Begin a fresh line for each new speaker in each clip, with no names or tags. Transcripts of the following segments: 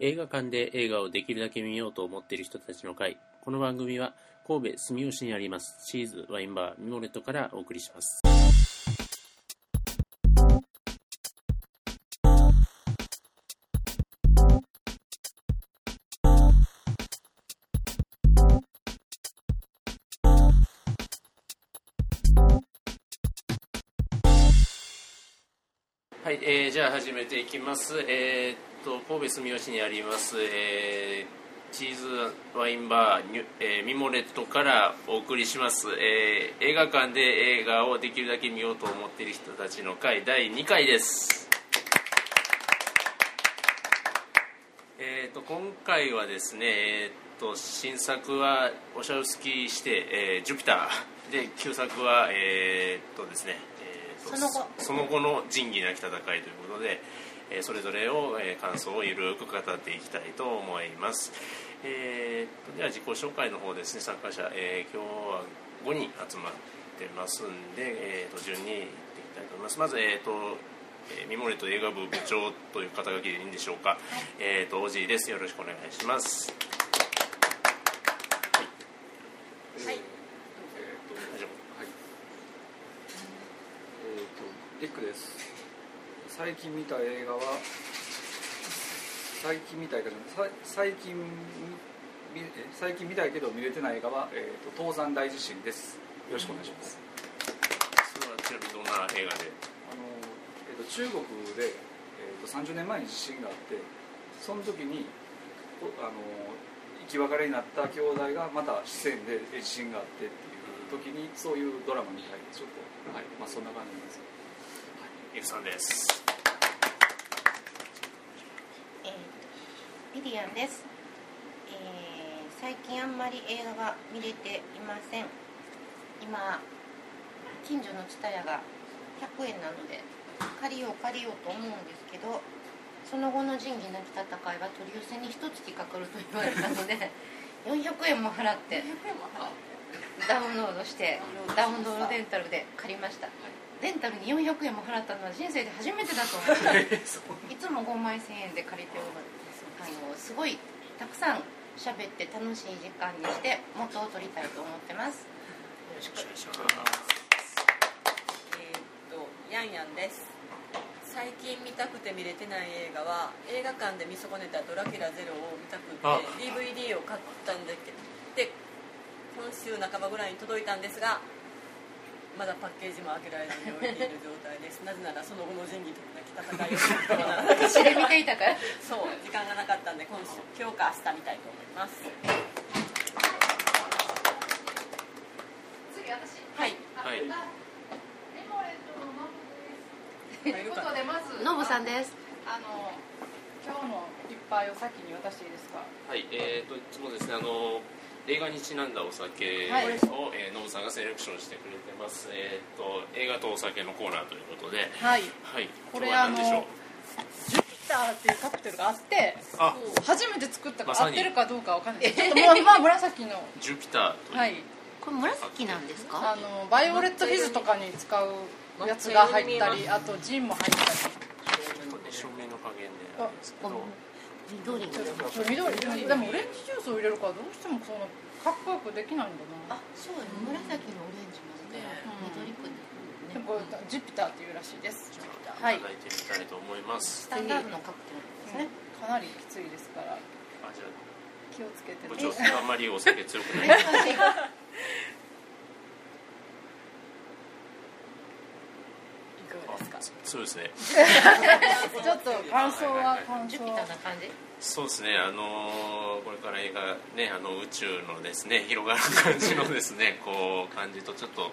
映画館で映画をできるだけ見ようと思っている人たちの会。この番組は神戸住吉にありますシーズワインバーミモレットからお送りします。はい、えーじゃあ始めていきます。えーっと神戸住吉にあります、えーチーズワインバーニュ、えーミモレットからお送りします、えー映画館で映画をできるだけ見ようと思っている人たちの会第2回です。えーっと今回はですね、えーっと新作はオシャウスキーして、えージュピターで旧作はえーっとですね、えーっと
その後
その後の仁義なき戦いということで、えーそれぞれを、えー感想をゆるく語っていきたいと思います、えー、では自己紹介の方ですね参加者、えー今日は5人集まってますんで、えー、と順にいっていきたいと思いますまず、えーとえーミモレと映画部部長という肩書きでいいんでしょうか、えー、とおじいですよろしくお願いします
はい
えーと
大丈
はい。えっ、と、リックです。最近見た映画は。最近見た映画じゃない、さい最近見。見え最近見たいけど、見れてない映画は、えっ、と、東山大地震です。よろしくお願いします。
夫それはちなみにどんな映画で
あの、えっ、と、中国で、えっ、と、三十年前に地震があって。その時に、こあの、生き別れになった兄弟が、また四川でえ地震があってっていう時に、そういうドラマみたいで、ちょっと、はい、まあ、そんな感じなんですよ。
ゆくさんです
えー、リリアンです、えー最近あんまり映画が見れていません今近所のツタヤが100円なので借りよう借りようと思うんですけどその後の仁義なき戦いは取り寄せに一月かかると言われたので400円も払ってダウンロードしてダウンロードレンタルで借りましたレンタルに400円も払ったのは人生で初めてだと思いますいつも5万1000円で借りておるあのすごいたくさん喋って楽しい時間にして元を取りたいと思ってますよろしく
えーっとヤンヤンです最近見たくて見れてない映画は映画館で見損ねた「ドラキュラゼロを見たくて
あ
DVD を買ったんだけどで今週半ばぐらいに届いたんですがまだパッケージも開けられずに置いている状態ですなぜならその後の仁義的な戦いをするからな
私で見ていたから
そう時間がなかったんで今週今日か明日見たいと思います
次私
はい
はい
レモレットのノブですと
と
いうことでまず
ノブさんです
あの今日の一杯を先に渡していいですか
はい、えー、といつもですねあの映画にちなんだお酒を、
はい
えーノブさんがセレクションしてくれてます、えー、と映画とお酒のコーナーということで、
はい
はい、
これ
今日は何でしょう
ジュピターっていうカクテルがあって
あ
初めて作ったか
ま
ら
さ
合っ
に
てるかどうかわかんないですちょっともう今は紫の
ジュピターという、
はい
これ紫なんですか
あのバイオレットフィズとかに使うやつが入ったりあとジンも入ったり
照明の加減であれですけど
あ緑の
ちょっと緑でもオレンジジュースを入れるからどうしてもそのかっこよくできないんだな
あそうよ紫のオレンジもね
うん
緑っぽいね
でもこれジュピターっていうらしいです
じゃあ
はい
いただいてみたいと思います
ス、タンダードのカクテルですね
かなりきついですから
あじゃ
気をつけて
あ
ね
部長さんあんまりお酒強くない
いかがですか
あそうですね
ちょっと感想
はいはい
は
はい
感
ジュ
想
ピターな感じ
そうですね、あのーこれから映画、ね、あの宇宙のですね広がる感じのですねこう感じとちょっと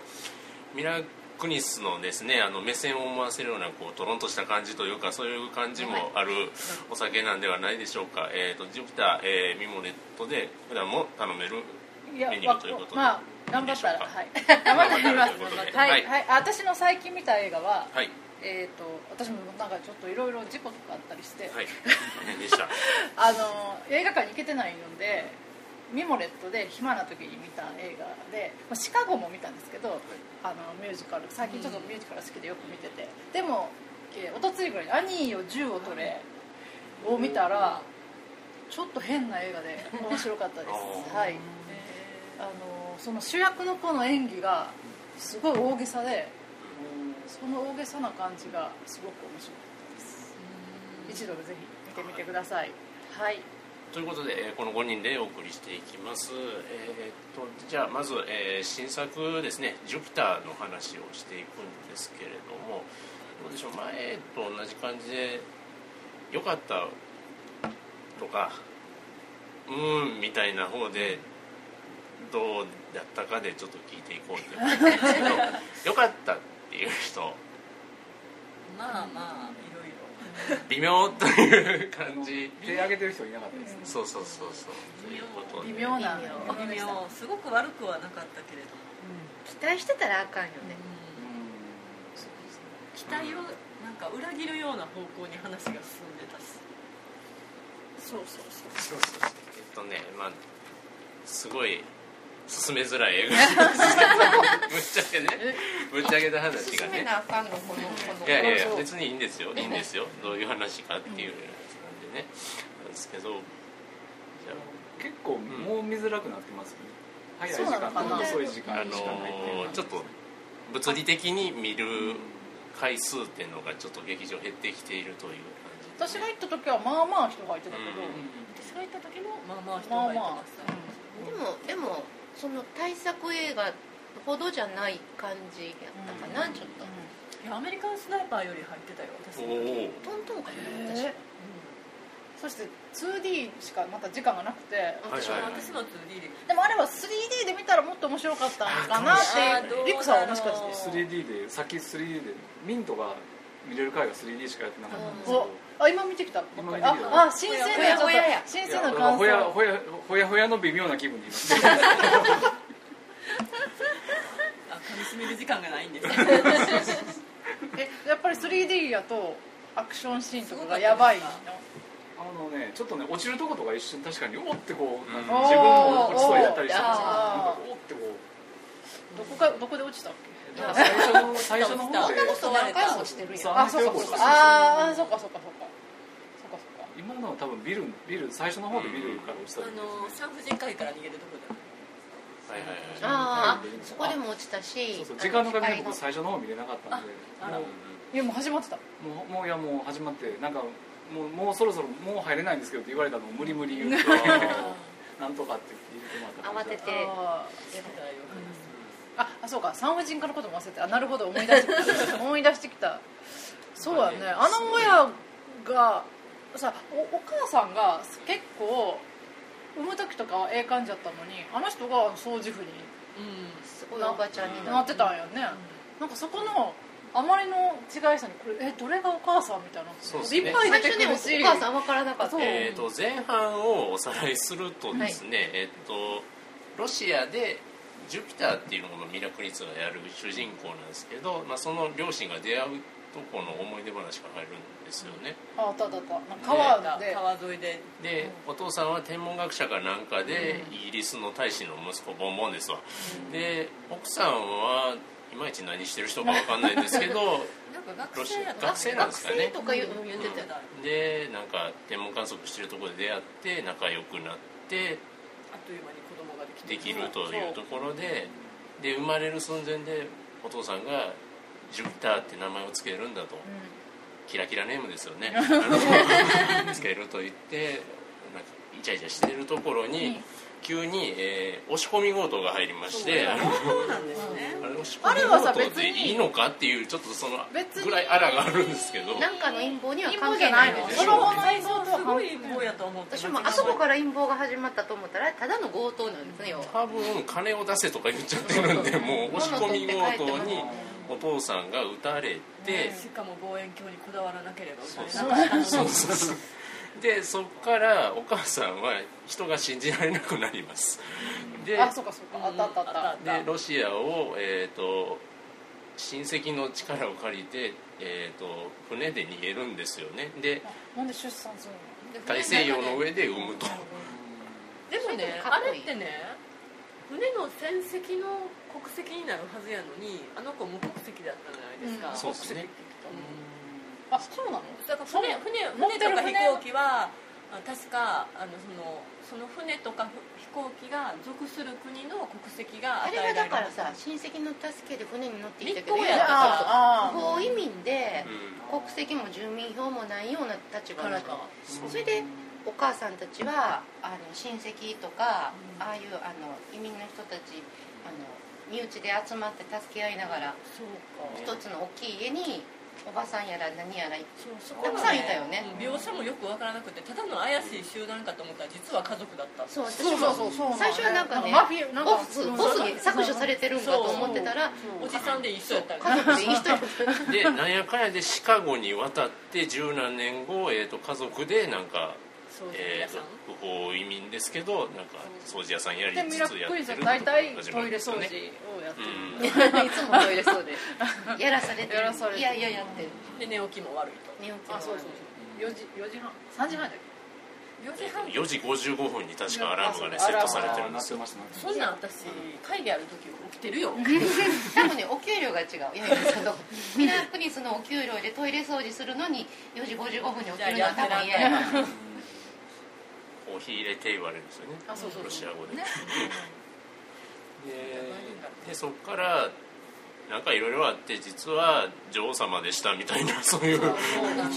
ミラクニスのですねあの目線を思わせるようなこうとろんとした感じというかそういう感じもあるお酒なんではないでしょうか、えー、とジュピター、えーミモレットで普段も頼める
いや
メニューということで
まあ頑張ったら
いいでしょうか
はい頑張ってみます
ということで
は、
はいい
はい、あ私の最近見た映画は、
はい、
えっ、と私もなんかちょっといろいろ事故とかあったりして、
はい、大変でした
あの映画館に行けてないのでミモレットで暇な時に見た映画で、まあ、シカゴも見たんですけど、あのミュージカル最近ちょっとミュージカル好きでよく見てて、でも、えー、おとついぐらいに「アニーよ銃を取れ」を見たら、ちょっと変な映画で面白かったで
あ
す
ー
はいあのその主役の子の演技がすごい大げさでその大げさな感じがすごく面白かったです一度ぜひ見てみてくださいはい
ということで、えーこの5人でお送りしていきます、えーえーっとじゃあまず、えー新作ですね「ジュピター」の話をしていくんですけれどもどうでしょう前と同じ感じで良かったとかうーんみたいな方でどうだったかでちょっと聞いていこうって思うんですけど良かったっていう人
まあまあいろいろ
微妙という感じ
手挙げてる人いなかったですね、
そうそうそうそうということで
微妙な
微妙すごく悪くはなかったけれども、
期待してたらあかんよね、
期待をなんか裏切るような方向に話が進んでたし
そうそう
そ
そう
うそうそうえっとねまあすごい進めづらい映画な んですけどぶっちゃけねぶっちゃけた話が
進め
ね
なあかんのこのこの
いやいやい
そ
や
うそう
別にいいんですよいいんですよどういう話かっていうやつなんでねなんですけどじゃあ
結構もう見づらくなってますよね、早い時
そうな
間
のか
と
な
遅い時
あ
間
の
しかないっていう
ーちょっと物理的に見る回数っていうのがちょっと劇場減ってきているという感じ
私が行った時はまあまあ人がいてたけど、
うん
私が行った時もまあまあ人
ま
が
あ
いて
ま
ました、
あ、
でもでもその対策映画ほどじゃない感じやったかな、ちょっと
いやアメリカンスナイパーより入ってたよ私
お
の時
お
トントンか
う
な
んうん
私
そして 2D しかまた時間がなくて
はいはいはい
私の 2D で
でもあれは 3D で見たらもっと面白かったのかなっ
あーどうだろう
てリクさんはもしかして
3D でさっき 3D でミントが見れる回が 3D しかやってなかったんですけ
お
ど
あ今見てきた
今見てきた
ああ新鮮
ほ
な
や
ちょ
ほ
っ
やや
と新
いや
鮮な
だから
感
ほや
想
ほやほやほやの微妙な気分でいます、 ね、
あ噛み締める時間がないん ですよ
えやっぱり 3D やとアクションシーンとかがやばいの
あのねちょっとね落ちるとことか一瞬確かにおーってこう、なんか
うん
自分も落ちそうになったりしたんですけど
お
なん
ー
かおーってこ
どこかどこで落ちたっけ
うだから最初の最初の方で
そんなこと何回もしてるやん
そう
あそうかそうかあーそうかそうかそうかそうかそうか
今のは多分ビルビル最初の方でビルから落ち
あ
たんですよ
の産婦人科医から逃げるとこだ
はいはいはい
ああそこでも落ちたし
そうそう時間の限り
あの
僕最初の方見れなかったんで
あら
も
いやもう始まってた
うもうもういやもう始まってなんかもうもうそろそろもう入れないんですけどって言われたのを無理無理言うとなんとかって言ってもらっ
慌
た
てて
あー
世代を話す
ああそうか産婦人科のことも忘れてたあなるほど思い出してき た思い出してきたそうだねあの親がさおお母さんが結構産む時とかはええ感じだったのにあの人が掃除婦に
すごいおばちゃんに
な
なっ
ってたんよね、なんかそこのあまりの違いさにこれえどれがお母さんみたいな
そうです
い
ね
っぱい
て
出
最初
て
ね
く
お
るし
母さん分からなかった
そう
えー、と前半をおさらいするとですね、えっとロシアでジュピターっていうののミラクリツがやる主人公なんですけど、まあ、その両親が出会うとこの思い出話が入るんですよね
ああったあったあったなんか川で
川沿いで
でお父さんは天文学者かなんかでイギリスの大使の息子ボンボンですわで奥さんはいまいち何してる人かわかんないんですけど
なんか
ロ
学
シ
生や
ア
った
学生なんですかね
とか言う
うん言ってたあ
でなんか天文観測してるとこで出会って仲良くなって
っという間に子供ができて
できるというところでで生まれる寸前でお父さんが「ジュピター」って名前を付けるんだと、キラキラネームですよ ねあの付けると言ってなんかイチャイチャしてるところに、
うん
急に、えー押し込み強盗が入りましてあの
そうなんですね
あれ押し
あれはさ
込み強盗で
別に
いいのかっていうちょっとその
別に
ぐらいあらがあるんですけど
なんかの陰謀には
陰
関
謀じ
係
ゃ
な
ないい
の
の
で
そ
し
れ
ょ
ほどの陰謀とは
すごい陰謀やと思って
私もあそこから陰謀が始まったと思ったらただの強盗なんですね要は
多分金を出せとか言っちゃってるんでもう押し込み強盗にお父さんが撃たれて
で。しかも望遠鏡にこだわらなければ
そう
歌
そ
え
う
なかったの
そうそうそうでそこからお母さんは人が信じられなくなりますで
あそうかそうかあったあったあった
あっ
でロシアを、えー、と親戚の力を借りて、えー、と船で逃げるんですよねで
あなんで出産するの
大西洋の上で産むと
でもね
か
あ
っこ
れ
いい
ってね船の船籍の国籍になるはずやのにあの子無国籍だったじゃないですか、
うん
そうですね
国籍って言ったの
あそうなの
だから船
そう
船
持ってる
船とか飛行機はあ確かあのそのその船とかふ飛行機が属する国の国籍が
あ
与え
れ
られ
は
る
だからさ親戚の助けで船に乗ってきたけどい
立候補や
や
ったから
そうそう不
あー
法移民で
う
国籍も住民票もないような立場
から
の
か
それでお母さんたちはあの親戚とか、
うん
ああいうあの移民の人たちあの身内で集まって助け合いながら
そうか
一つの大きい家におばさんやら何やら
そうそ
たくさんいたよね
うん描写もよくわからなくてただの怪しい集団かと思ったら実は家族だった
そう私
そう
も
そうそうそう
最初はなんかね
マフィアなんか
ボスボスに削除されてるんかと思ってたら
おじさんで一緒やったん
家
だ
族でいい 人やった
んでなんやかんやでシカゴに渡って十何年後、えー、と家族でなんか、
そう
えー、と不法移民ですけどなんか掃除屋さんやり
で
つ
ミ
つや
ラ
って
ク
る
ルクイズ
と
は
こ
大体
始ま
ト
る
イ
んで
レ
す
掃
よ
除を
ね
やって
うん
る、
いつもトイレ そうでやらされてる
やらされてる
いやいややって
で寝起きも悪いと
寝起きも
あそうそうそう4時4時半3時半だっ
4時半
4時55分に確かアラームがね
ア
セッ
ラーム
トされてるんですよ
なってましたなってま
そんなん私会議ある時起きてるよ
多分ねお給料が違ういやいやそのミラークリスのお給料でトイレ掃除するのに4時55分に起きるのは多分嫌やな
した
コーヒー入れて言われるんですよね
あそうそうそう
ロシア語で、
ね
でそっからなんかいろいろあって実は女王様でしたみたいなそういう
宇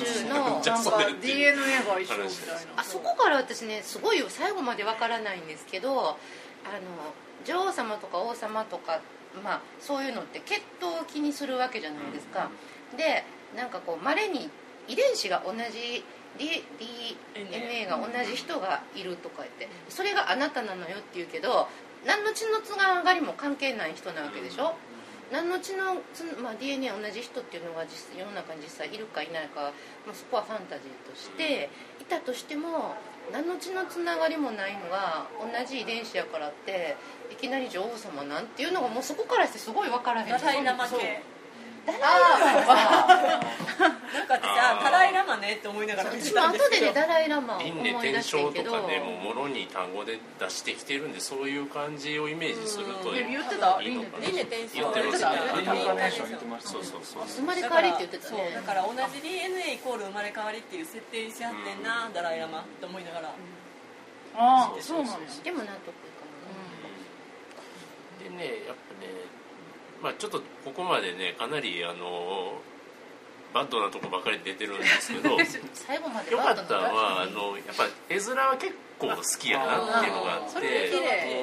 宙 の
けなん
そう
か
だよ
DNA が一緒み
話
た
で
い
す
な
あそこから私ねすごいよ最後までわからないんですけどあの女王様とか王様とか、まあ、そういうのって血統を気にするわけじゃないですか、でなんかこうまれに遺伝子が同じ D- DNA が同じ人がいるとか言ってそれがあなたなのよって言うけど何の血のつながりも関係ない人なわけでしょ、何の血のつ、まあ、DNA 同じ人っていうのが実世の中に実際いるかいないか、まあ、そこはファンタジーとして、いたとしても何の血のつながりもないのが同じ遺伝子やからっていきなり女王様なんていうのがもうそこからしてすごい分からへん
タライラマ系
そうダライラマ
なんか私あタライラマねって思いながら見て
私も
たんです
後で
け
ね
ど
ダライラマを
輪廻
思い
転
出して
生
んけ
と
ど
かねもうもろに単語で出してきてるんでそういう感じをイメージすると
で
い
言
い
ってた
いい
輪
の
廻
か
転
な
生
輪廻転生
言ってましたね
インカーネーション言ってました
そうそうそう
生まれ変わりって言ってたね
だからそうだから同じ DNA イコール生まれ変わりっていう設定にし合ってんな、ダライラマって思いながら、
ああそうなんや
でも納得いか
でねやっぱねまあちょっとここまでねかなりあのバッドなとこばかり出てるんですけど
ない最後まで
よか
バ
っ
ッド
たの
な
はあのやっぱ絵面は結構好きやなっていうのがあって
それも綺麗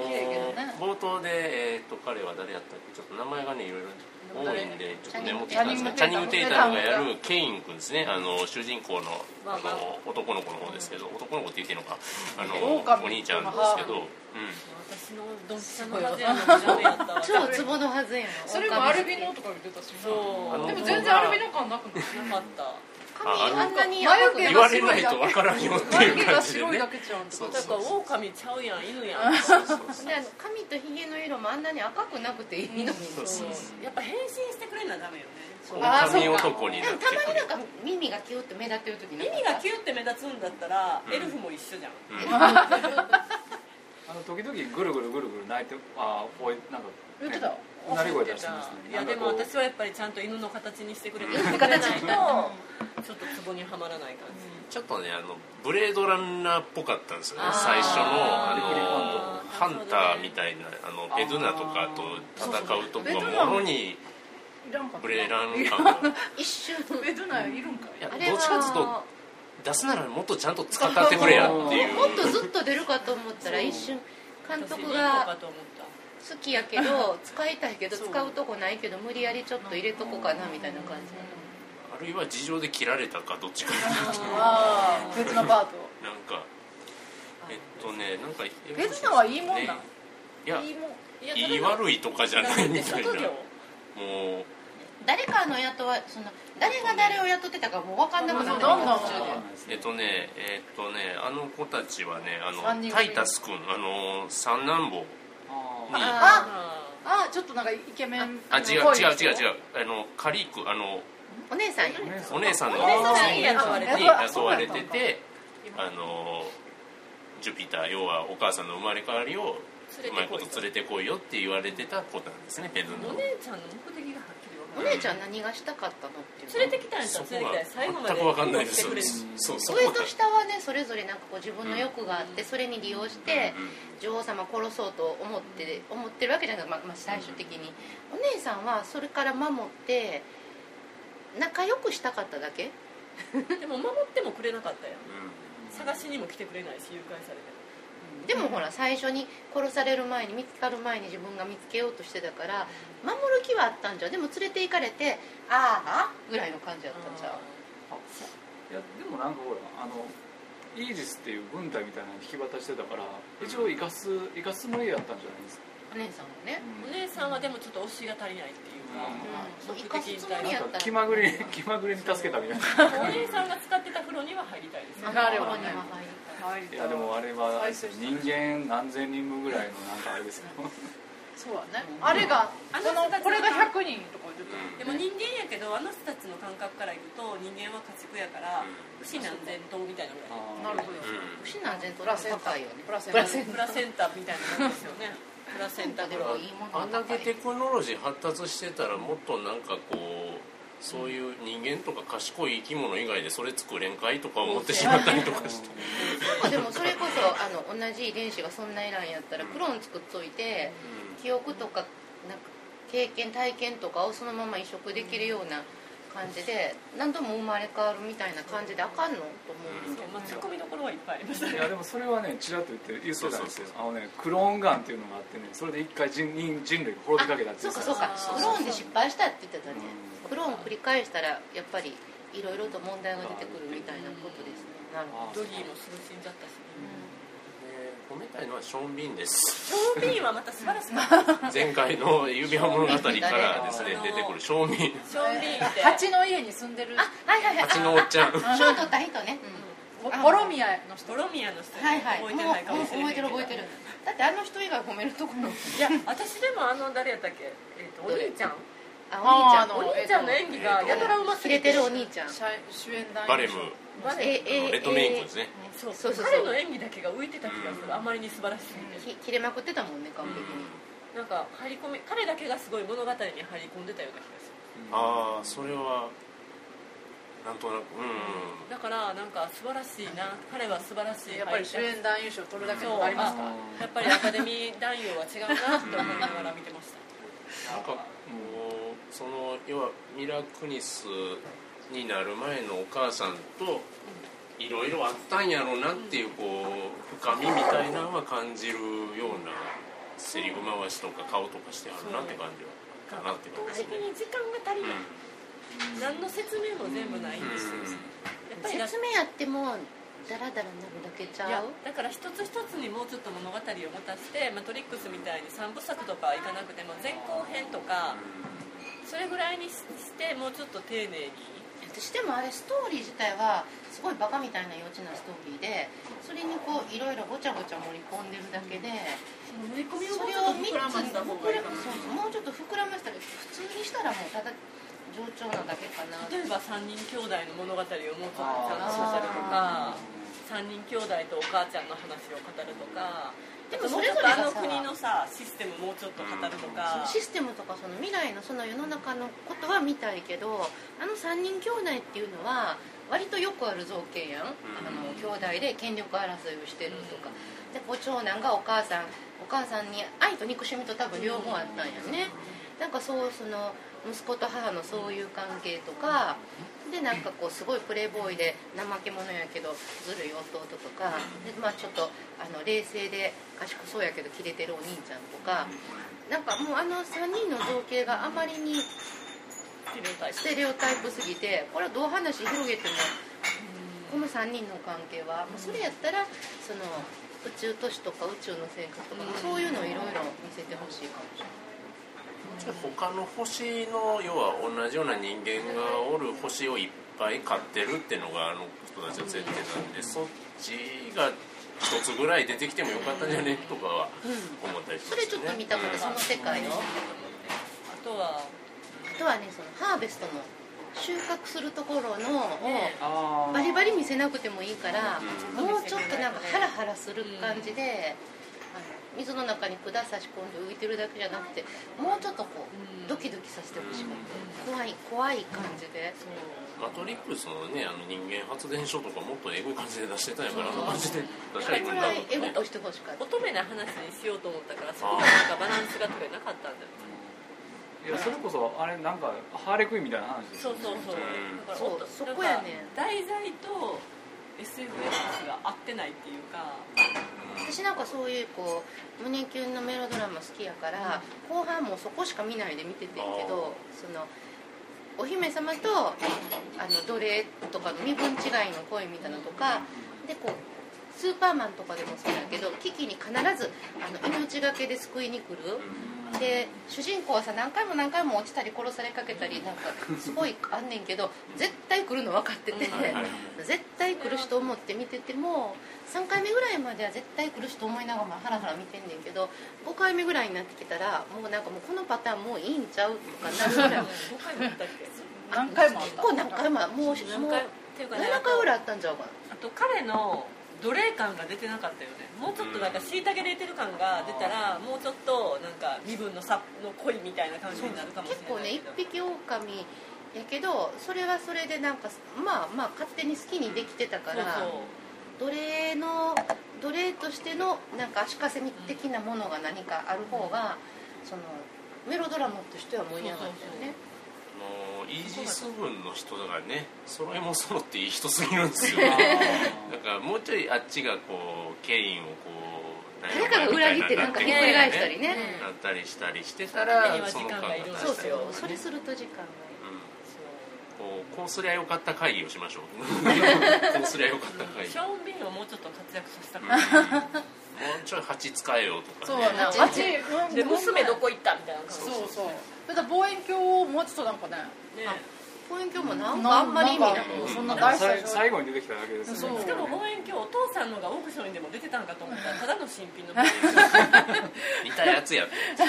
綺麗やけどね
冒頭で、えー、と彼は誰やったっけちょっと名前がねいろいろ多いんでちょっとメモってきたんですけどチ
チ
ャ
ャ
ニン
ニ
グ・
ング
テ
テ
イ
イ
タ
タ
ム
ム
がやるケイン君ですねあの主人公の
まあまあ
あの男の子の方ですけど男の子って言っていいのかあの
狼
お兄ちゃんですけど、うん、
私のドンピシャのはずやのジャンルやったわ
超ツボの はずやん
それもアルビノとか言ってたし
そ
あ
う
の
でも全然アルビノ感なくない
なかった
ああの
髪あんなに
眉毛
言われないとわからんよって
眉
い
毛
う感
が
じで
白い
ね
だけちゃうんと
そう
か
だからオオカミちゃうやん犬やん
そうそうそう
であの髪とひげの色もあんなに赤くなくていいのに、
そうそう
そうやっぱ変身してくれなダメよね
あーそうか
狼男に
で
な
も
って
たまにな
く
んか耳がキュッと目立ってる時なんか
耳がキュッて目立つんだったら、
うん
エルフも一緒じゃん
る、うん
あの時々ぐるぐるぐるぐる泣いてあーこういうなんか
言ってた
うなり声出してますね
いやでも
なんかこう
私はやっぱりちゃんと犬の形にしてくれて
うん
くれないとちょっとツボにはまらない感じ、
ちょっとねあのブレードランナーっぽかったんですよね
あー
最初のあのハ
レプリカント
ンターみたいなあのベドゥナとかと戦うと
そうそうベド
こ
ゥナ
はもろに
いらんかっ
ブ
た
レーラン感が
一瞬
ベドナいるんか
いや
あ
どっ
れは
ちかっていうと出すならもっとちゃんと使ってくれやっていう
もっとずっと出るかと思ったら一瞬監督が
と思った
好きやけど使いたいけど使うとこないけど無理やりちょっと入れとこかなみたいな感じ
あるいは事情で切られたかどっちか
ああ別のパート
なんかえっとねなんか
ベドナはいいもんない
や
いいもん
いい悪いとかじゃないみたいな
職業
もう
誰かの雇わその誰が誰を雇ってたかもう分かんなくなって
どんどんどん
途中で
わかんないですね
えっとねえっとねあの子たちはねあ
三
の
人組
タイタス君あの三男坊
あ
に
ー
あ
あ
あちょっとなんかイケメン
あ違う違う違う違うあのカリークあの
お姉さんや
お姉さん
お姉さんの
お姉さんがいいやつ
そう
雇われて
に
あ
雇われて
そうや
てあのジュピター要はお母さんの生まれ変わりを
連れてこいと
うまいこと連れてこいよって言われてた子なんですねペド
ーお
の
姉ちゃんの目的がはっきり分か
お姉ちゃん何がしたかったのっていうの
連れてきたんです
そ
よ
こ
連れてきた
が
んです最後まで
全く分かんないで
来て
す
くれる
そうそこ
上
が
と下はねそれぞれなんかこう自分の欲があってそれに利用して
うん
女王様殺そうと思って思ってるわけじゃないまあまあ、最終的にお姉さんはそれから守って仲良くしたかっただけ
でも守ってもくれなかったよ
う
探しにも来てくれないし誘拐されて
でもほら最初に殺される前に見つかる前に自分が見つけようとしてたから守る気はあったんじゃうでも連れて行かれてああぐらいの感じだったんじゃう
いやでもなんかほらあのイージスっていう軍隊みたいなのに引き渡してたから一応生かす生かすつもりやったんじゃないですか、
お姉さんもね
お姉さんはでもちょっと推しが足りないっていうか
うん
そう
目的に
生かすつも
対
り
し
や
な
て
んか気まぐれに 気まぐれに助けたみたいな
お姉さんが使ってた風呂には入りたいですよね
上がれ
こ
ば
こに
ね
は入りたい
入り
い
た
やでもあれはあれですよ
人
人間何千人分ぐらいのなんかあれですよ
そうだねあれが
あの
この
人たち
これが100人とか言ってた
ん
でも人間やけどあの人たちの感覚からいくと人間は家畜やから牛何千頭みたいなぐらい
なるほど
う
不思議な全
プ
然
ラセンタ
高いよね
プラ
プ
センタ
ラセン
プラセンタみたいなもんですよねプラセンタ
で
で
も
はい
いもの
んあんだ
高
け
い
テクノロジー発達してたらもっとなんかこうそういう人間とか賢い生き物以外でそれ作れんかいとか思ってしまったりとかして
まあでもそれこそあの同じ遺伝子がそんな偉いんやったらクローン作っといて記憶とかなんか経験体験とかをそのまま移植できるような感じで何度も生まれ変わるみたいな感じであかんのと思うん
まあ
ですけ
ツッ
ど
コミどころはいっぱいありました
い
ね
やでもそれはねちらっと言って言ってたんですよ
そうそう
あのねクローンガンっていうのがあってねそれで一回人人人類が滅びかけた
あ
って
そう
い
うかそうか
そうそう
クローンで失敗したって言ってたね
うん
クローン繰り返したらやっぱりいろいろと問題が出てくるみたいなことですねなるほ
あ
ど
ドギーもすぐ死んじゃったし
えー褒めたいのはショーン・ビンです
ショービーはまた素晴らしかった
前回の指輪物語からですね出てくるショーン・ビン
ショービーって
蜂の家に住んでる
あはいはいはい
蜂のおっち ゃん
あ賞取った人ねうん
ボボロミアの人
ドロミアの人
はいはい
覚えてないかもしれ
覚
ない
えてる覚えてるだってあの人以外褒めるところ
いや私でもあの誰やったっけ、えー、とお兄ちゃん
あお兄ちゃん
あー
の
あ
お兄ちゃんの演技がやたらうます
切
ぎ
れ
て
てるお兄ちゃん
シャ主演男優
バレム
バレ
え
あのレッドメイン君ですね
そう
そうそうそう
彼の演技だけが浮いてた気がする、あまりに素晴らしすぎて、
き切れまくってたもんね完璧に
なんか入り込み彼だけがすごい物語に入り込んでたような気がする
ああそれはなんとなく
だからなんか素晴らしいな彼は素晴らしい
やっぱり主演男優賞取るだけのがありますか
そう
ら
あやっぱりアカデミー男優は違うなって思いながら見てました
う んなんかこうその要はミラクニスになる前のお母さんといろいろあったんやろうなっていうこう深みみたいなのは感じるようなセリフ回しとか顔とかしてあるなって感じはかなって感じ
圧
です
倒的
ね
に時間が足り
うん
ない、何の説明も全部ないん
うん
ですよ、やっぱりだ
説明やってもダラダラなるだけち
いや
ゃう
だから一つ一つにもうちょっと物語を持たせて「マトリックス」みたいに3部作とかはいかなくても前後編とかそれぐらいにししてもうちょっと丁寧に
私でもあれストーリー自体はすごいバカみたいな幼稚なストーリーでそれにこういろいろごちゃごちゃ盛り込んでるだけで
乗り込みを
そ
もう
れ
ちょ
を
っと
3つ
膨らませた方がいいかな
そうそうもうちょっと膨らましたら普通にしたらもうただ冗長なだけかな
例えば3人兄弟の物語をもうちょっとちゃんと語るとか3人兄弟とお母ちゃんの話を語るとか
で
で
も
も
そ
そ
れ
れ
ぞ
ぞ
れ
れ
が
あ
さ
の国のさシステムもうちょっと語ると
その
か
システムとかその未来のその世の中のことは見たいけどあの3人兄弟っていうのは割とよくある造形やん、あの兄弟で権力争いをしてるとか、でこう長男がお母さんお母さんに愛と憎しみと多分両方あったんやね、なんかそうその息子と母のそういう関係とか、でなんかこうすごいプレーボーイで怠け者やけどずるい弟とかで、まあ、ちょっとあの冷静で賢そうやけどキレてるお兄ちゃんとかなんかもうあの3人の造形があまりに
ステレオタイプ
ステレオタイプすぎてこれはどう話広げてもこの3人の関係はもうそれやったらその宇宙都市とか宇宙の生活とかそういうのをいろいろ見せてほしいかもしれない。
他の星の要は同じような人間がおる星をいっぱい飼ってるってのがあの人たちの設定なんでそっちが一つぐらい出てきてもよかったんじゃねとかは思ったりし
そ
ますね
れちょっと見たことその世界を
あとは
あとはねそのハーベストの収穫するところのを
ね
あー
バリバリ見せなくてもいいから
う
もうちょっとなんかハラハラする感じで水の中に管差し込んで浮いてるだけじゃなくてもうちょっとこうドキドキさせてほしかった怖い怖い感じで
マトリックスのねあの人間発電所とかもっとエグい感じで出してたんやからあの感じで出したらいい
こ
の
れ
に
ぐ
な
らいエゴとしてほしかった
乙女な話にしようと思ったからそこがなんかバランスが取れなかったんだよ
いやそれこそあれなんかハーレクインみたいな話です
そう
よ
そうそう
うん
だから
そう
おっと
そこやね
なんか題材と SFX が合ってないっていうか
私なんかそういうこう胸キュンのメロドラマ好きやから、後半もそこしか見ないで見ててんけどそのお姫様とあの奴隷とかの身分違いの恋みたいなのとかでこうスーパーマンとかでもそうやけど危機に必ずあの命がけで救いに来る。で主人公はさ何回も何回も落ちたり殺されかけたりなんかすごいあんねんけど絶対来るの分かってて
うんはい
はい
絶対来る人思って見てても3回目ぐらいまでは絶対来る人思いながらハラハラ見てんねんけど5回目ぐらいになってきたらもうなんかもうこのパターンもういいんちゃうとかなるぐらい
5回も言ったっけ
何回もあっ
結
た
構何回ももうもう
何回っていうかね
7回ぐらいあったんちゃうかな
あと彼の奴隷感が出てなかったよねもうちょっとなんか虐げられてる感が出たらもうちょっとなんか身分の差の恋みたいな感じになるかもし
結
れ
構
な
ね
い
一
けど
匹狼やけどそれはそれでなんかまあまあ勝手に好きにできてたから。奴隷の奴隷としてのなんか足かせ的なものが何かある方が、そのメロドラマとしては盛り上がったよね
もうイージス軍の人がねそれも揃っていい人すぎるん ですよだ
あ
からもうちょいあっちがこうケインをこう
誰かが裏切ってなんかひっくり返したりね
なったりしたりしてたら
そ
その
の時には
感
時間が
が
いる
出
ん
し
だ
た
そう
り
そう
うん
それすると時間が
こうこうすりゃよかった会議をしましょうこうすりゃよかった会
そう シ
議
ョーン・ビーンをもうちょっと活躍させた
うん
か
も
っ
うちょい鉢使えよと
そ
か
う
ね
やな
街
街う
た
ん
で娘どこ行ったみたいな感じ
そうそうだから望遠鏡をもうちょっとなんかね
ね
望遠鏡もなんかあんまり意味なく
んかそんな
ー
大した
さい最後に出てきただけですね
そう
しかも望遠鏡お父さんのがオークションにでも出てたんかと思ったらただの新品の望遠
似たやつやって
あ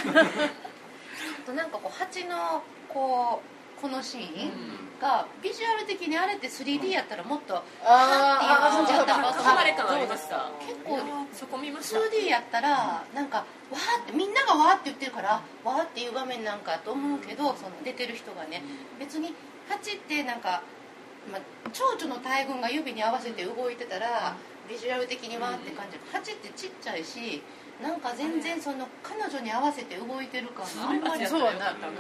となんかこう蜂のこうこのシーンがビジュアル的にあれって 3D やったらもっとー
あー
あー
鏡
あー
囲まれ感ありました
結構
そこ見ました
2D やったらなんかわーってみんながわーって言ってるからわーっていう場面なんかと思うけどその出てる人がね別に蜂ってなんか、まあ、蝶々の大群が指に合わせて動いてたらビジュアル的にわーって感じる蜂ってちっちゃいしなんか全然その彼女に合わせて動いてる感があんまり
そうやな
だから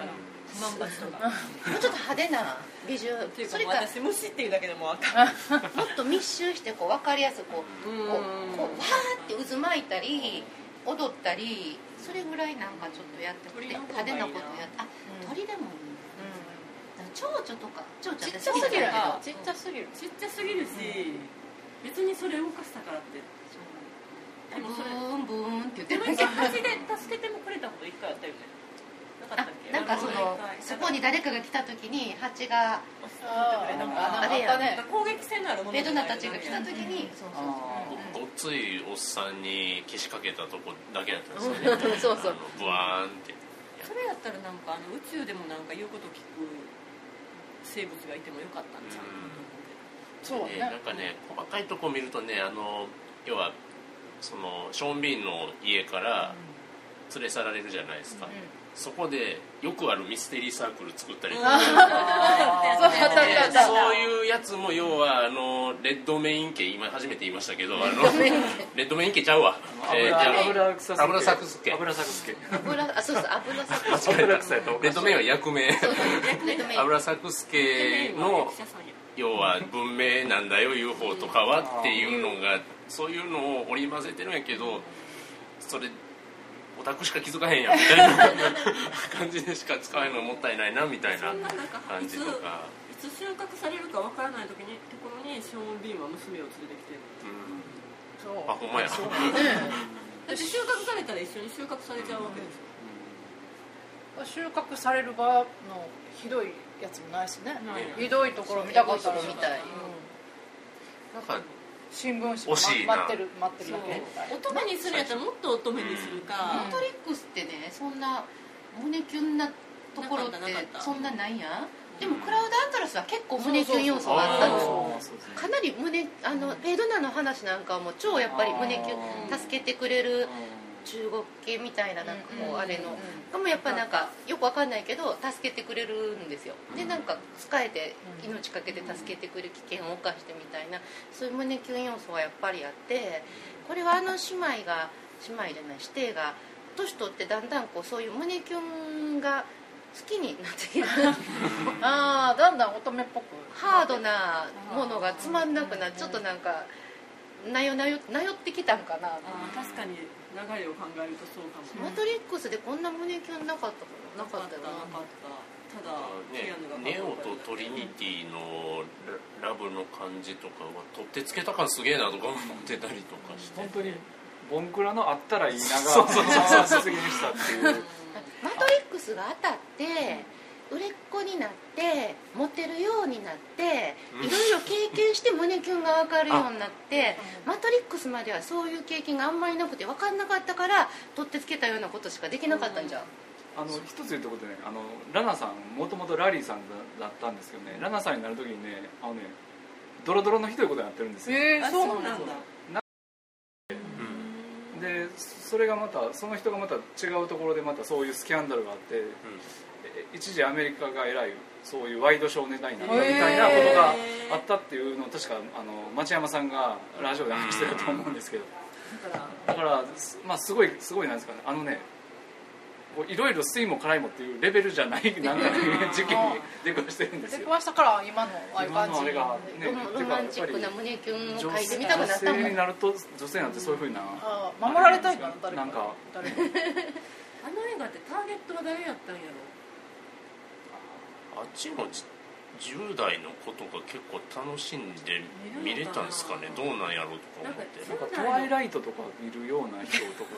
万馬とか
もうちょっと派手なビジュア
ってい
ル
う
そ
かも
れ
う
か
私虫っていうだけでも分かる
もっと密集してこう分かりやすくこうこうこうわーって渦巻いたり踊ったりそれぐらいなんかちょっとやってくれ
鳥の方
派
がいい
手
な
なことやってあ鳥でもいいな蝶々とか蝶々
ちっちゃ
私
す
好きだ
ぎ
け
る
ど
な
ちっちゃすぎる
ちっちゃすぎるし別にそれ動かしたからってでもそれ
ブーンブーンって言って
自
る
分で口で助けてもくれたこと一回あったよねなかったっけ
なんかそのそこに誰かが来た時に蜂が
あー
な
なんん
か
か
あれや
あったね
攻撃性のあるもの
ベドナたちが来た時にそうそう
あー
ごっついおっさんにけしかけたとこだけだったんですよね
そうそう
あのブワーンって
それやったらなんかあの宇宙でもなんか言うこと聞く生物がいてもよかったんじゃん
そう
ね
や
な
ね
んかね細かいとこ見るとねあの要はそのショーン・ビーンの家から連れ去られるじゃないですか、そこでよくあるミステリーサークル作ったりとか、
そうあったあったあ
で
っ
そう
た
いうやつも要はあのレッドメイン家今初めて言いましたけどあのレッドメイン家ちゃうわ、えーじゃあ
油臭すけ
油臭すけ
油臭すけ
油あそうそう油さく
間違えた
油臭いとお
レ
か
ッ
しい
ドメインは役名油作助の要は文明なんだよ UFO とかはっていうのがそういうのを織り交ぜてるんやけどそれオタクしか気づかへん やんみたいな感じでしか使わへんのもったいないなみたいな
そんななんか
感じとか、
いつ収穫されるかわからない時にところにショーン・ビーンは娘を連れてきてる
うん
そう
あほんまや
そう
だって収穫されたら一緒に収穫されちゃうわけですよ
収穫される場のひどいやつもないしね
ない
ひどいところ見たかった
そう
もん
みたい
なんか
新聞
惜しい
紙
な
ま待ってる待ってるだけみたい
乙女にするやったらもっと乙女にするか
マトリックスってねそんな胸キュンなところって
なかったなかった
そんなないやんでもクラウドアトラスは結構胸キュン要素があったんですよ
あーそうですね
かなり胸あのペドナの話なんかはもう超やっぱり胸キュン助けてくれる中国系みたいななんかこう、
うん
あれの、
うん
でもやっぱなんかよくわかんないけど助けてくれるんですよでなんか使えて
うん
命かけて助けてくれる危険を冒してみたいなそういう胸キュン要素はやっぱりあってこれはあの姉妹が姉妹じゃない師弟が年取ってだんだんこうそういう胸キュンが好きになってきる
ああだんだん乙女っぽく
ハードなものがつまんなくなっちょっとなんかなよなよなよってきたんかな
あー確かに流れを考えるとそうかも
マトリックスでこんな胸キュンなかったかななかったよ
な
な
かったただキ
ね
アヌが、
ネオとトリニティのララブの感じとかは取ってつけた感すげえなとか思ってたりとかして
本当にボンクラのあったらいいなが
そうそうそう
出現したっていう
マトリックスが当たって売れっ子になってモテるようになって
うん
いろいろ経験して胸キュンが分かるようになってマトリックスまではそういう経験があんまりなくて分かんなかったから取ってつけたようなことしかできなかったんじゃん
あの一つ言うとことねあのラナさんもともとラリーさんだだったんですけどねラナさんになる時にねあのねドロドロのひどいことやってるんですよ
え
あ
ー、
そ
そ
な
うう
んだ
なんだ
うん
でそれがまたその人がまた違うところでまたそういうスキャンダルがあって
うん
え一時アメリカが偉いそういうワイドショーネタになったみたいなことがあったっていうのを確かあの町山さんがラジオで話してると思うんですけど
だから
だから、すまあ、すごいすごいなんですかねあのねこういろいろ水も辛いもっていうレベルじゃない なんかね事件に出くわしてるんです
出
よ
くわしたから今のああいう感
今の
じ
あれがね
ロマロマンチックな胸キュンを書いてみたくな
女
ったもん
性になると女性なんてそういうふうな、
あー守られたいかな誰か
なんか
誰か
あの映画ってターゲットは誰やったんや
あ
ろ
っちもじ10代の子とか結構楽しんで見れたんですかねどうなんやろうとか思って
なんかトワイライトとか見るような人とか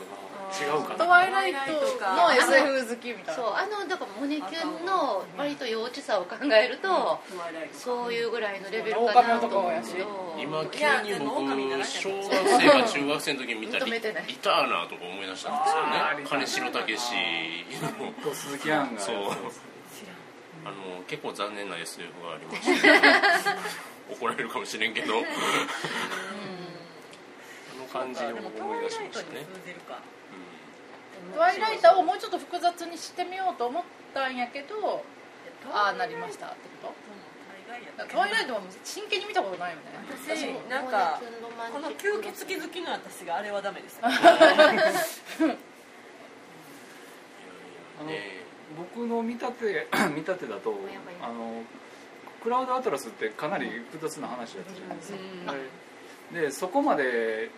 が違うか
ト
な
ワイライトの SF 好きみたい
そ
な
うあのだから胸キュンの割と幼稚さを考えると
トワイライト
そういうぐらいのレベルかなと
狼
思うけ
男やし
ど
今
い
急
や
に
でも狼になら
僕
んやつ
小学生か中学生の時に見た
認
り
め
い
てない
たなとか思い出したんですよ
あ
ね
ー
金城武の
と鈴木杏が
そう
知らん
あの結構残念な SF がありまして怒られるかもしれんけどあの感じを
でもトワ
思
イ
い
ラ
出
イ
しま
ト
し
に
たね
通じるか
トワイライトをもうちょっと複雑にしてみようと思ったんやけどああなりましたってこ
大概やった
と
けど
トワイライトは真剣に見たことないよね
私なんかこの吸血鬼
好
好きの私があれはダメでした
あの
ね
僕の見立て 見立てだと
やばい
あのクラウドアトラスってかなり複雑な話だったじゃないですか、
うん
あれでそこまで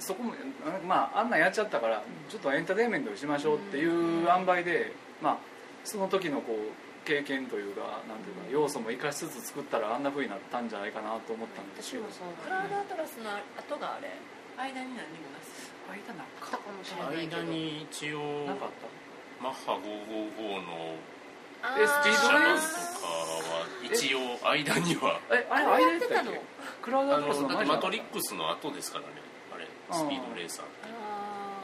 そこもあまああんなんやっちゃったからちょっとエンターテインメントにしましょうっていう塩梅でまあその時のこう経験というかなんていうか要素も生かしつつ作ったらあんな風になったんじゃないかなと思ったんで
私
すけど
もそう
クラウドアトラスの後があれ間に何もなし
間な
だったかもしれないけど
間に一応
なかっ
マッハ555の
あ
えスピ
シ
ー
ャ
ドレ
バ
ー
ンと
ス
かは一応間には
たえあれ間やったっけクラウド
あ
アトラス
の
の
だっ
前
てマ
じゃなか
ト
っ
リッ
た
クスの後ですからねあれスピードレーサー
あ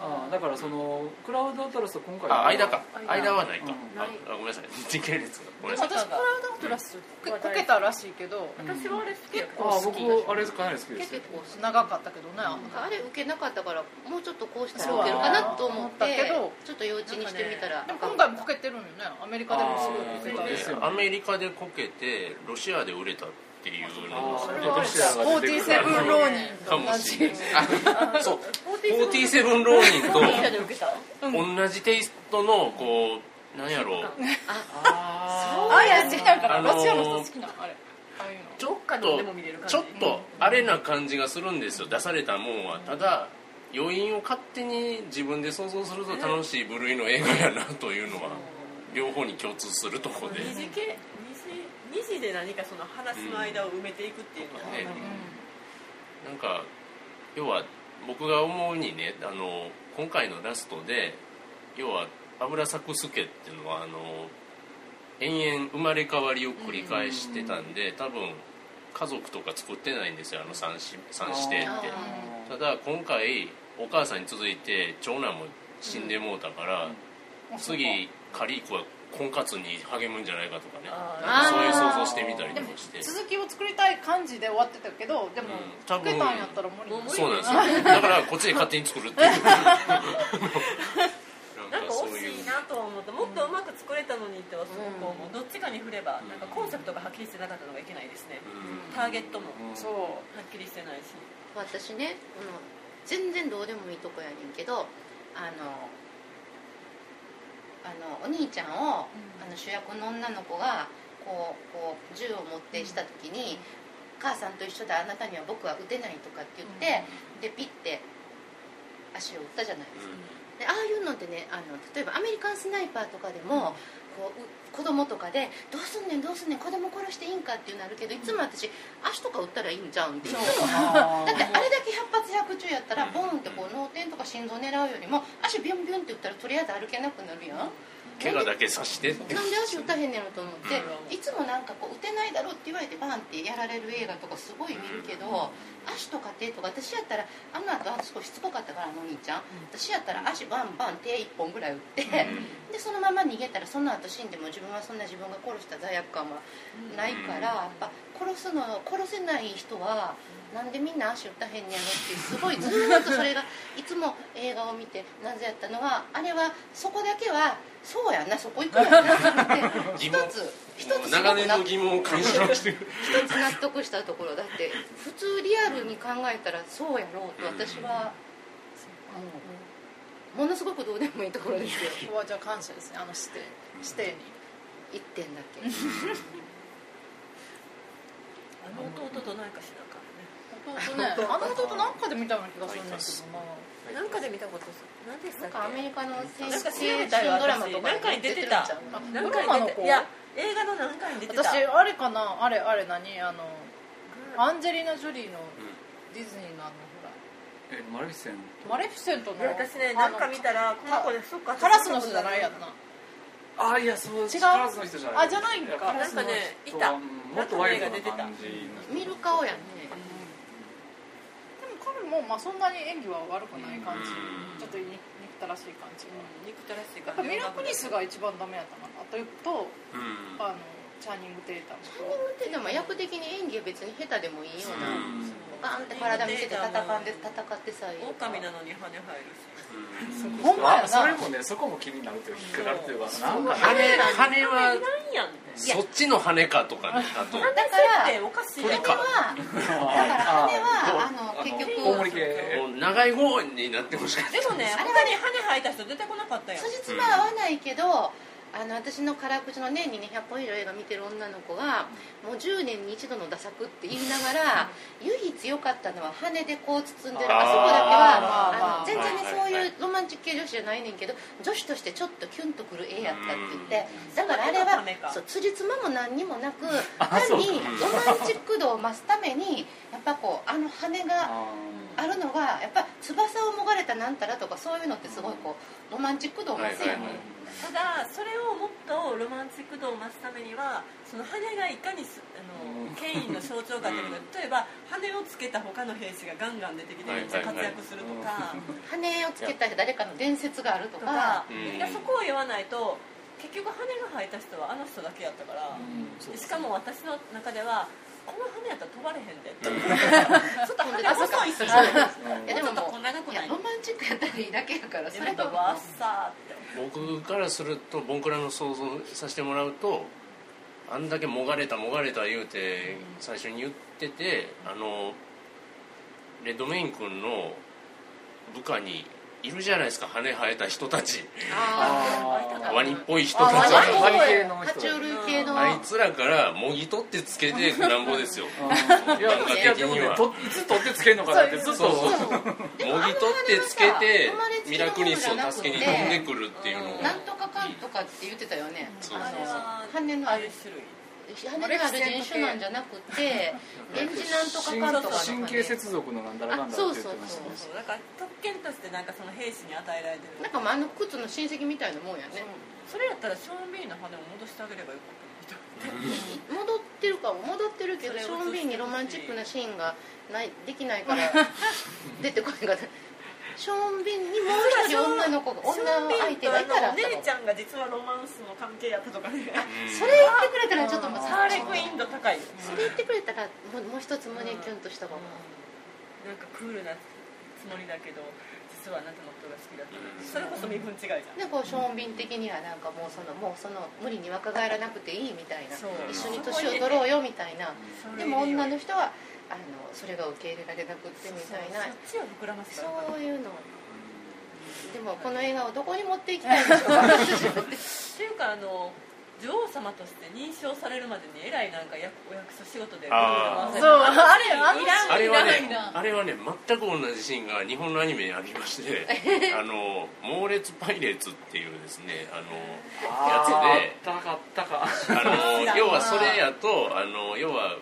あ
あだからそのクラウドアトラスと今回の
あ間か間はないか、
うん
ああごめんなさい時系列がごめん
私
な
ク
さい
ラウドアトラスここけたらしいけど
私はあれ好きやから
ああ
好き
僕あれかなり好きで
結
すよ
構
長かったけどねあんま
あれ受けなかったからもうちょっとこうしたら受けるかなと思っ
そうだ
て
けど
ちょっと幼稚にしてみたら
でも今回もこけてるんよねアメリカでもすごい
あー
こ
で
け
です
た
よね
アメリカでこけてロシアで売れたっていうのも
あ
それ
ロシアが出てくる
47ローニン
か
と
も
同
しれ
じ
ないあそう47ローニン
受けた
と同じテイストのこうなんやろう
あ
ああいうの好きなんかな
あのー
ロシアの人好きなのあれああいうの
どっかでも見れる感じ
ちょっとあれな感じがするんですよ出されたもんはただ余韻を勝手に自分で想像すると楽しい部類の映画やなというのは両方に共通するとこで
二次系二次二次で何かその話の間を埋めていくっていうのは
ね
あんまり
なんか要は僕が思うにねあの今回のラストで要は油作すけっていうのはあの延々生まれ変わりを繰り返してたんで多分家族とか作ってないんですよあの三子三子亭って
あ
ただ今回お母さんに続いて長男も死んでもうたから、
うん
次カリー子は婚活に励むんじゃないかとかね
あ
ー
そういう想像してみたりと
でも
かして
続きを作りたい感じで終わってたけどでも
うん多
作
分
れたんやったら無理
もう無理
そうなんですよだからこっちで勝手に作るっていうな
なんか惜しいなとは思ったもっとうまく作れたのにってはすごく思う、どっちかに振ればなんかコンセプトがはっきりしてなかったのがいけないですね、
うん
ターゲットもは
そう
っきりしてないし
私ねこの全然どうでもいいとこやねんけどあのあのお兄ちゃんを、
うん
あの主役の女の子がこうこう銃を持ってした時に、母さんと一緒であなたには僕は撃てない」とかって言って、でピッて足を打ったじゃないですか、でああいうのってねあの例えばアメリカンスナイパーとかでも、こうう子供とかで「どうすんねんどうすんねん子供殺していいんか」っていうのあるけどいつも私足とか打ったらいいんじゃうんっていつも
あ
だってあれだけ100発100中やったらボンってこう脳天とか心臓狙うよりも足ビュンビュンって打ったらとりあえず歩けなくなるやん
怪我だけさしてって
なんで足打たへんねやろと思って
うん
いつもなんかこう打てないだろって言われてバンってやられる映画とかすごい見るけど足とか手とか私やったらあの後あそこしつこかったからあのお兄ちゃん私やったら足バンバン手1本ぐらい打ってでそのまま逃げたらその後死んでも自分はそんな自分が殺した罪悪感はないからやっぱ殺すの殺せない人はなんでみんな足打たへんねやろっていうすごいず ーっとそれがいつも映画を見てなぜやったのはあれはそこだけはそうやんなそこ行くやんなって
疑
一
問
つ一
もう
つすご
長
く
年
な
の疑問を感じまして
一つ納得したところだって普通リアルに考えたらそうやろうと私はもうものすごくどうでもいいところですよ
ここはじゃあ感謝ですねあの指定指定に
1点だけ
あの弟となんかしなかっ
弟ね あの弟なんかで見たような気がするんです
たねなんかで見たこと何でし
な
たっ
ん
け
かアメリカの青
なんか
春
知らない
ドラマとか
なんかに出
出る
てた
んちゃう
けどな
何
ドラマ
回
の
出て
子
いや映画の何回に出てた
私あれかなあれあれ何あのアンジェリーナ・ジョリーのディズニーのあのほら
えマルフィセン
マレフィセントの
いや私ね
あ
なん
の
か見たらこの子でそっか
カラスの人じゃないやんな
あいやそう違う
違う
カラスの人じゃない
あじゃないんか
カラスの人は
なんかねいた
うんもっとワイルドな感じ
見る顔やね
でも彼もまあそんなに演技は悪くない感じ
うん
ちょっと憎たらしい感じが
憎たらしいか
やっぱミラクリスが一番ダメやったかなあとよくと
うん
あのチャーニング・テータム
タイミングってでも役的に演技は別に下手でもいいよう
う
なんバンって体見せて戦うんで
うん
戦ってさえ
狼なのに羽入るし
とほんまやな
あそれもねそこも気になるというか引っかかるというかなんか
羽羽は
なんやん
そっちの羽かとかねあと
だか
って
ら
おかしい
鳥
羽
か
はだから羽はあの結
大森
局
系
もう長い方になってほしかった
でもね他に羽生えた人出てこなかったよ
辻褄は合わないけどあの私の辛口の年にね100本以上映画見てる女の子がもう10年に一度の打作って言いながら唯一良かったのは羽でこう包んでるあそこだけ
あーま
は
あまあ
あ
まあ
の全然ね
はい
そ
は
う
いはい
いうロマンチック系女子じゃないねんけど女子としてちょっとキュンとくる絵やったって言ってだからあれ
それがダメか
はそう辻褄も何にもなく単にロマンチック度を増すためにやっぱこうあの羽があるのがやっぱ翼をもがれたなんたらとかそういうのってすごいこうロマンチック度を増すやん、
はいはいはい
ただそれをもっとロマンチック度を増すためにはその羽がいかにすあ
う
の
ん
権威の象徴かという
う
と例えば羽をつけた他の兵士がガンガン出てきてめっちゃ活躍するとか
羽をつけた誰かの伝説があると
と
か
か
うん
みんなそこを言わないと結局羽が生えた人はあの人だけやったから
そう
しかも私の中ではこの羽やったら飛ばれへんでって ちょっと羽
あそっか
細いし
いやでも
もうちょっとこう長く
い
ない
やロマンチックやったらいいだけやから
で
そ
なん
れ
か
と
わっさーって
僕からするとボンクラの想像させてもらうとあんだけもがれたもがれた言うて最初に言っててあのレッドメイン君の部下にいるじゃないですか羽生えた人たちワニっぽい人たち
あワニっぽい
あ
ワニ系の
爬
人
虫類系の
いつらからもぎ取ってつけてなんぼですよも
うんいやいやでもねといつ取ってつけるのかなってずっと
そうそうそう ぎ
で
取
もあの
ってつけて
生まれつきの
ミラクリスを助けに飛んでくるっていうの
な
が
んとかかんとかって言ってたよね
そう
あれは
羽の
あ
あ
る
る
種類
羽のある人種なんじゃなくて電池なんとかかんとか
神神経接続のなんだらかんだらって言ってましたね
そうなんか特権としてなんかその兵士に与えられてる
なんかもうあの靴の親戚みたいなもんやね
それやったらショーン・ビーンの羽を戻してあげればよかった
戻ってるかも戻ってるけど
それ
シ
を
ョーン・ビーンにロマンチックなシ ーンがないできないから出てこないからショーン・ビーンにもうより女の子が女相手がいたら
お姉ちゃんが実はロマンスの関係やったとかね
それ言ってくれたらちょっともう
あー
ハーレクイン度高いよね
それ言ってくれたらもうもう一つ胸キュンとしたかも、
なんかクールなつもりだけど実はあなたのことが好きだった
うん
それこそ身分違いじゃん
でこうショーン・ビン的にはなんかもうそのもうその無理に若返らなくていいみたいな
そう
一緒に年を取ろうよみたいな
そ
で
れいいよ
も女の人はあのそれが受け入れられなくってみたいな
そうそっちを膨らませたら
そういうのでもこの映画をどこに持っていきたいんでしょうか 私は
っていうかあの女王様として認証されるまでにえらいなんかやお役所仕事で
あー
そうあれあの
いらん
あれはね
いらん、
あれはね、全く同じシーンが日本のアニメにありまして、あの猛烈パイレーツっていうですね、あのやつで
あったかあったか
あ
知
の
らん
要はそれやとあの要は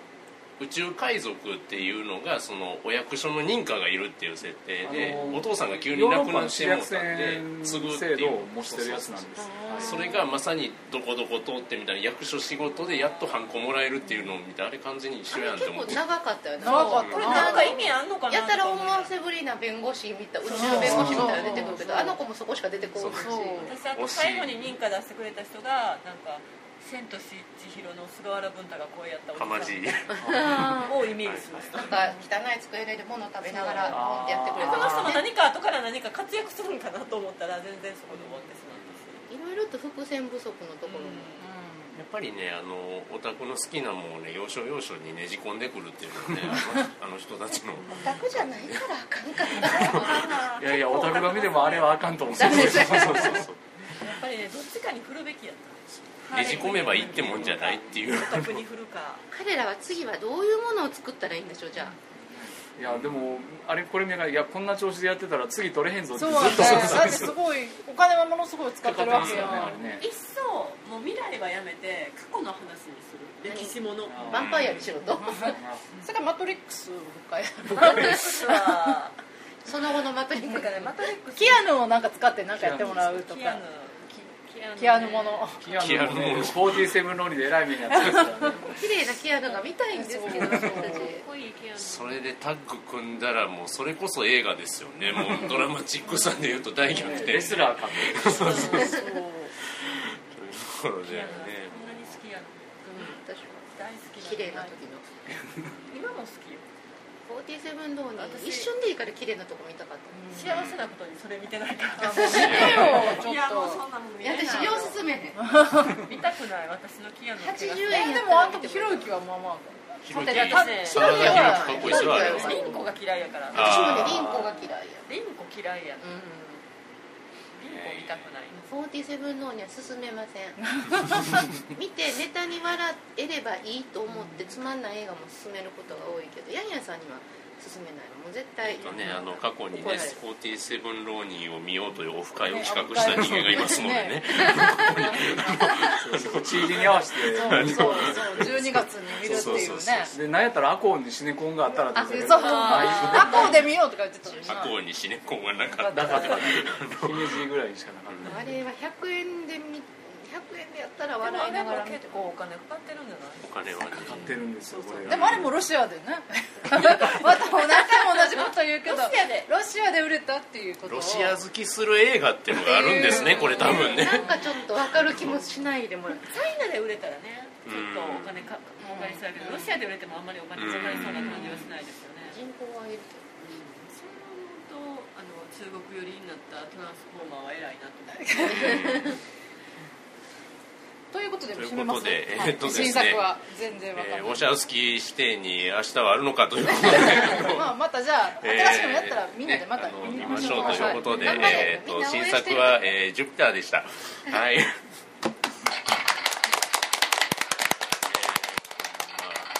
宇宙海賊っていうのがそのお役所の認可がいるっていう設定で、
あのー
お父さんが急に
ヨーロ
亡
ッ
く
パ
な
の
って
主
もうたっ
役
て
船
継ぐって
制
い
度
う
を模してるやつなんです
それがまさにどこどこ通ってみたいな役所仕事でやっとハンコもらえるっていうのを見てあれ完全に一緒やん
結
と思
構
って
長かったよね
長かった
な
これ
な
なんん
か
か
意味あんのかな
やたら思わ
る
せぶりな弁護士みたい宇宙弁護士みたいなの出てくるけどあの子もそこしか出てこないし
そう
私あと最後に認可出してくれた人がなんか「千と千尋の菅原文太がこうやったお
か
じさん
まじい
をイメージしました
なんか汚い机で物を食べながらポンってやってくれ
で
た
この人も
ね
何か後から何か活躍するんかなと思ったら全然そこで終わってしまったし
いろいろと伏線不足のとこ
や
ろも、
っぱりねあのオタクの好きなものをね要所要所にねじ込んでくるっていうのはねあのあの人たちの
オタクじゃないからあかんか った
いやいやオタクが見てもあれはあかんと思うそうそうそうそう
やっぱりねどっちかに振るべきやった
ねじ込めばいいってもんじゃないっていう
オタクに振るか
彼らは次はどういうものを作ったらいいんでしょうじゃあ
いやでもあれこれ見ながらいやこんな調子でやってたら次取れへんぞって
そ
ず
う
っ
だね
と
だってすごいお金はものすごい使ってるわけやん
あれね
いっそもう未来はやめて過去の話にする歴史もの
あ
ヴァンパイアにしろと
それからマトリックスを回
マトリックスは
その後のマトリッ
だ
ク
からマトリックス
キアヌをなんか使ってなんかやってもらうと
キア
か
ヌキアヌ
キアヌもの
キアヌもね47ロニでえらい目にあってるからね
綺麗なケアのが見たいんですけど
そう
私たち
それでタッグ組んだらもうそれこそ映画ですよねもうドラマチックさんでいうと大逆転
レスラーか
そう
というところ
キ
で
ア
ね
ヌそんなに好きやの大好き
綺麗な
の
時の
今も好きよ
47ドーナツ一瞬でいいから綺麗なとこ見たかった
幸せなことにそれ見てないから
あもう見てよ
い
ちょ
や
っ
もう
と
そんなもん見
いや
れない
私両説明ね
見たくない私のキアヌの手が
80
え
円や
で
ったら
もあん
見て
たひろゆきはまあま
ひろゆき
だって
沢田
ひろゆき
ひろゆきかっこいいですよあれ
ひろ
は
ゆ
リンコが嫌いやから
あ
私もねリンコが嫌いや
リンコ嫌いやな
う
リンコ見たくない
ん47ノーには進めません見てネタに笑えればいいと思ってつまんない映画も進めることが多いけどヤンヤンさんには進めないのもう絶対
あとねあの過去に
怒ら
ね
れる
47ローニーを見ようというオフ会を企画した人間がいますのでね
って地域に合わせて
あそうそうそう12月に見るっていう
そうそう
ね
そう
でなんやったらアコーンにシネコンがあったらって
あそう
言って
そう
た
過去で見ようとか言ってたもんな
過去にシネコンがなかっ
けどだ
た
から姫路ぐらいしかなかっ
あれは100円で見100円でやったら
でも
笑
あ
い
れ
な
も
がら見て
結構お金かかってるんじゃな
お
い
金はね
た買ってるんですよこれが
でもあれもロシアでね またもう何回も同じこと言うけど
ロシアで
ロシアで売れたっていうこ
ロ
とを
シア好きする映画っていうのがあるんですねこれ多分ね
なんかちょっと分かる気もしないでもらう
チャイナで売れたらねちょっとお金か儲かりそうやけどロシアで売れてもあんまりお金かかりそうな感じはしないですよね
人口はいる
そう思うとあの中国寄りになったトランスフォーマーは偉いなと思って
ということで
という
決
ことで
めます
えーっとですね
新作は全然わかんない
えーウォシャウスキー指定に明日はあるのかということで
まあまたじゃあ
えー
新しくもやったらみんなでまた
ねあの
見
見
ま
ま
し
し
ょう
ょうということで、
はい
えー、
み
と
んな応
新
援してる
作は、えージュピター」でしたはいえー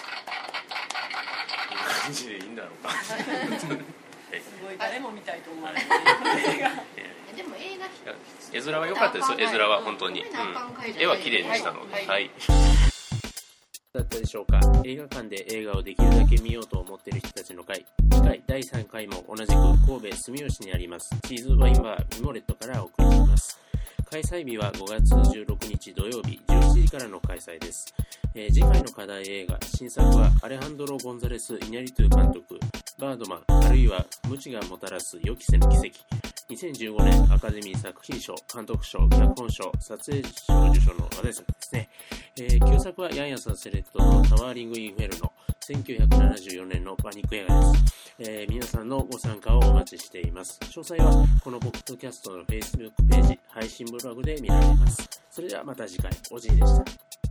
まあこんな感じでいいんだろうかはい
すごい誰も見たいと思わない映画
え
でも映画
ーいや絵面は良かったですよ絵面は本当に、
これ何番回じゃな
うん絵は
い
綺麗でしたので
はい
はいだったでしょうか映画館で映画をできるだけ見ようと思っている人たちの会次回第3回も同じく神戸住吉にありますチーズワインバーミモレットからお送りします開催日は5月16日土曜日11時からの開催です、えー次回の課題映画新作はアレハンドロ・ゴンザレス・イニャリトゥ監督バードマンあるいは無知がもたらす予期せぬ奇跡2015年アカデミー作品賞、監督賞、脚本賞、撮影賞受賞の話題作ですね。えー旧作はヤンヤさんセレクトのタワーリングインフェルノ、1974年のパニック映画です。えー皆さんのご参加をお待ちしています。詳細はこのポッドキャストの Facebook ページ、配信ブログで見られます。それではまた次回、おじいでした。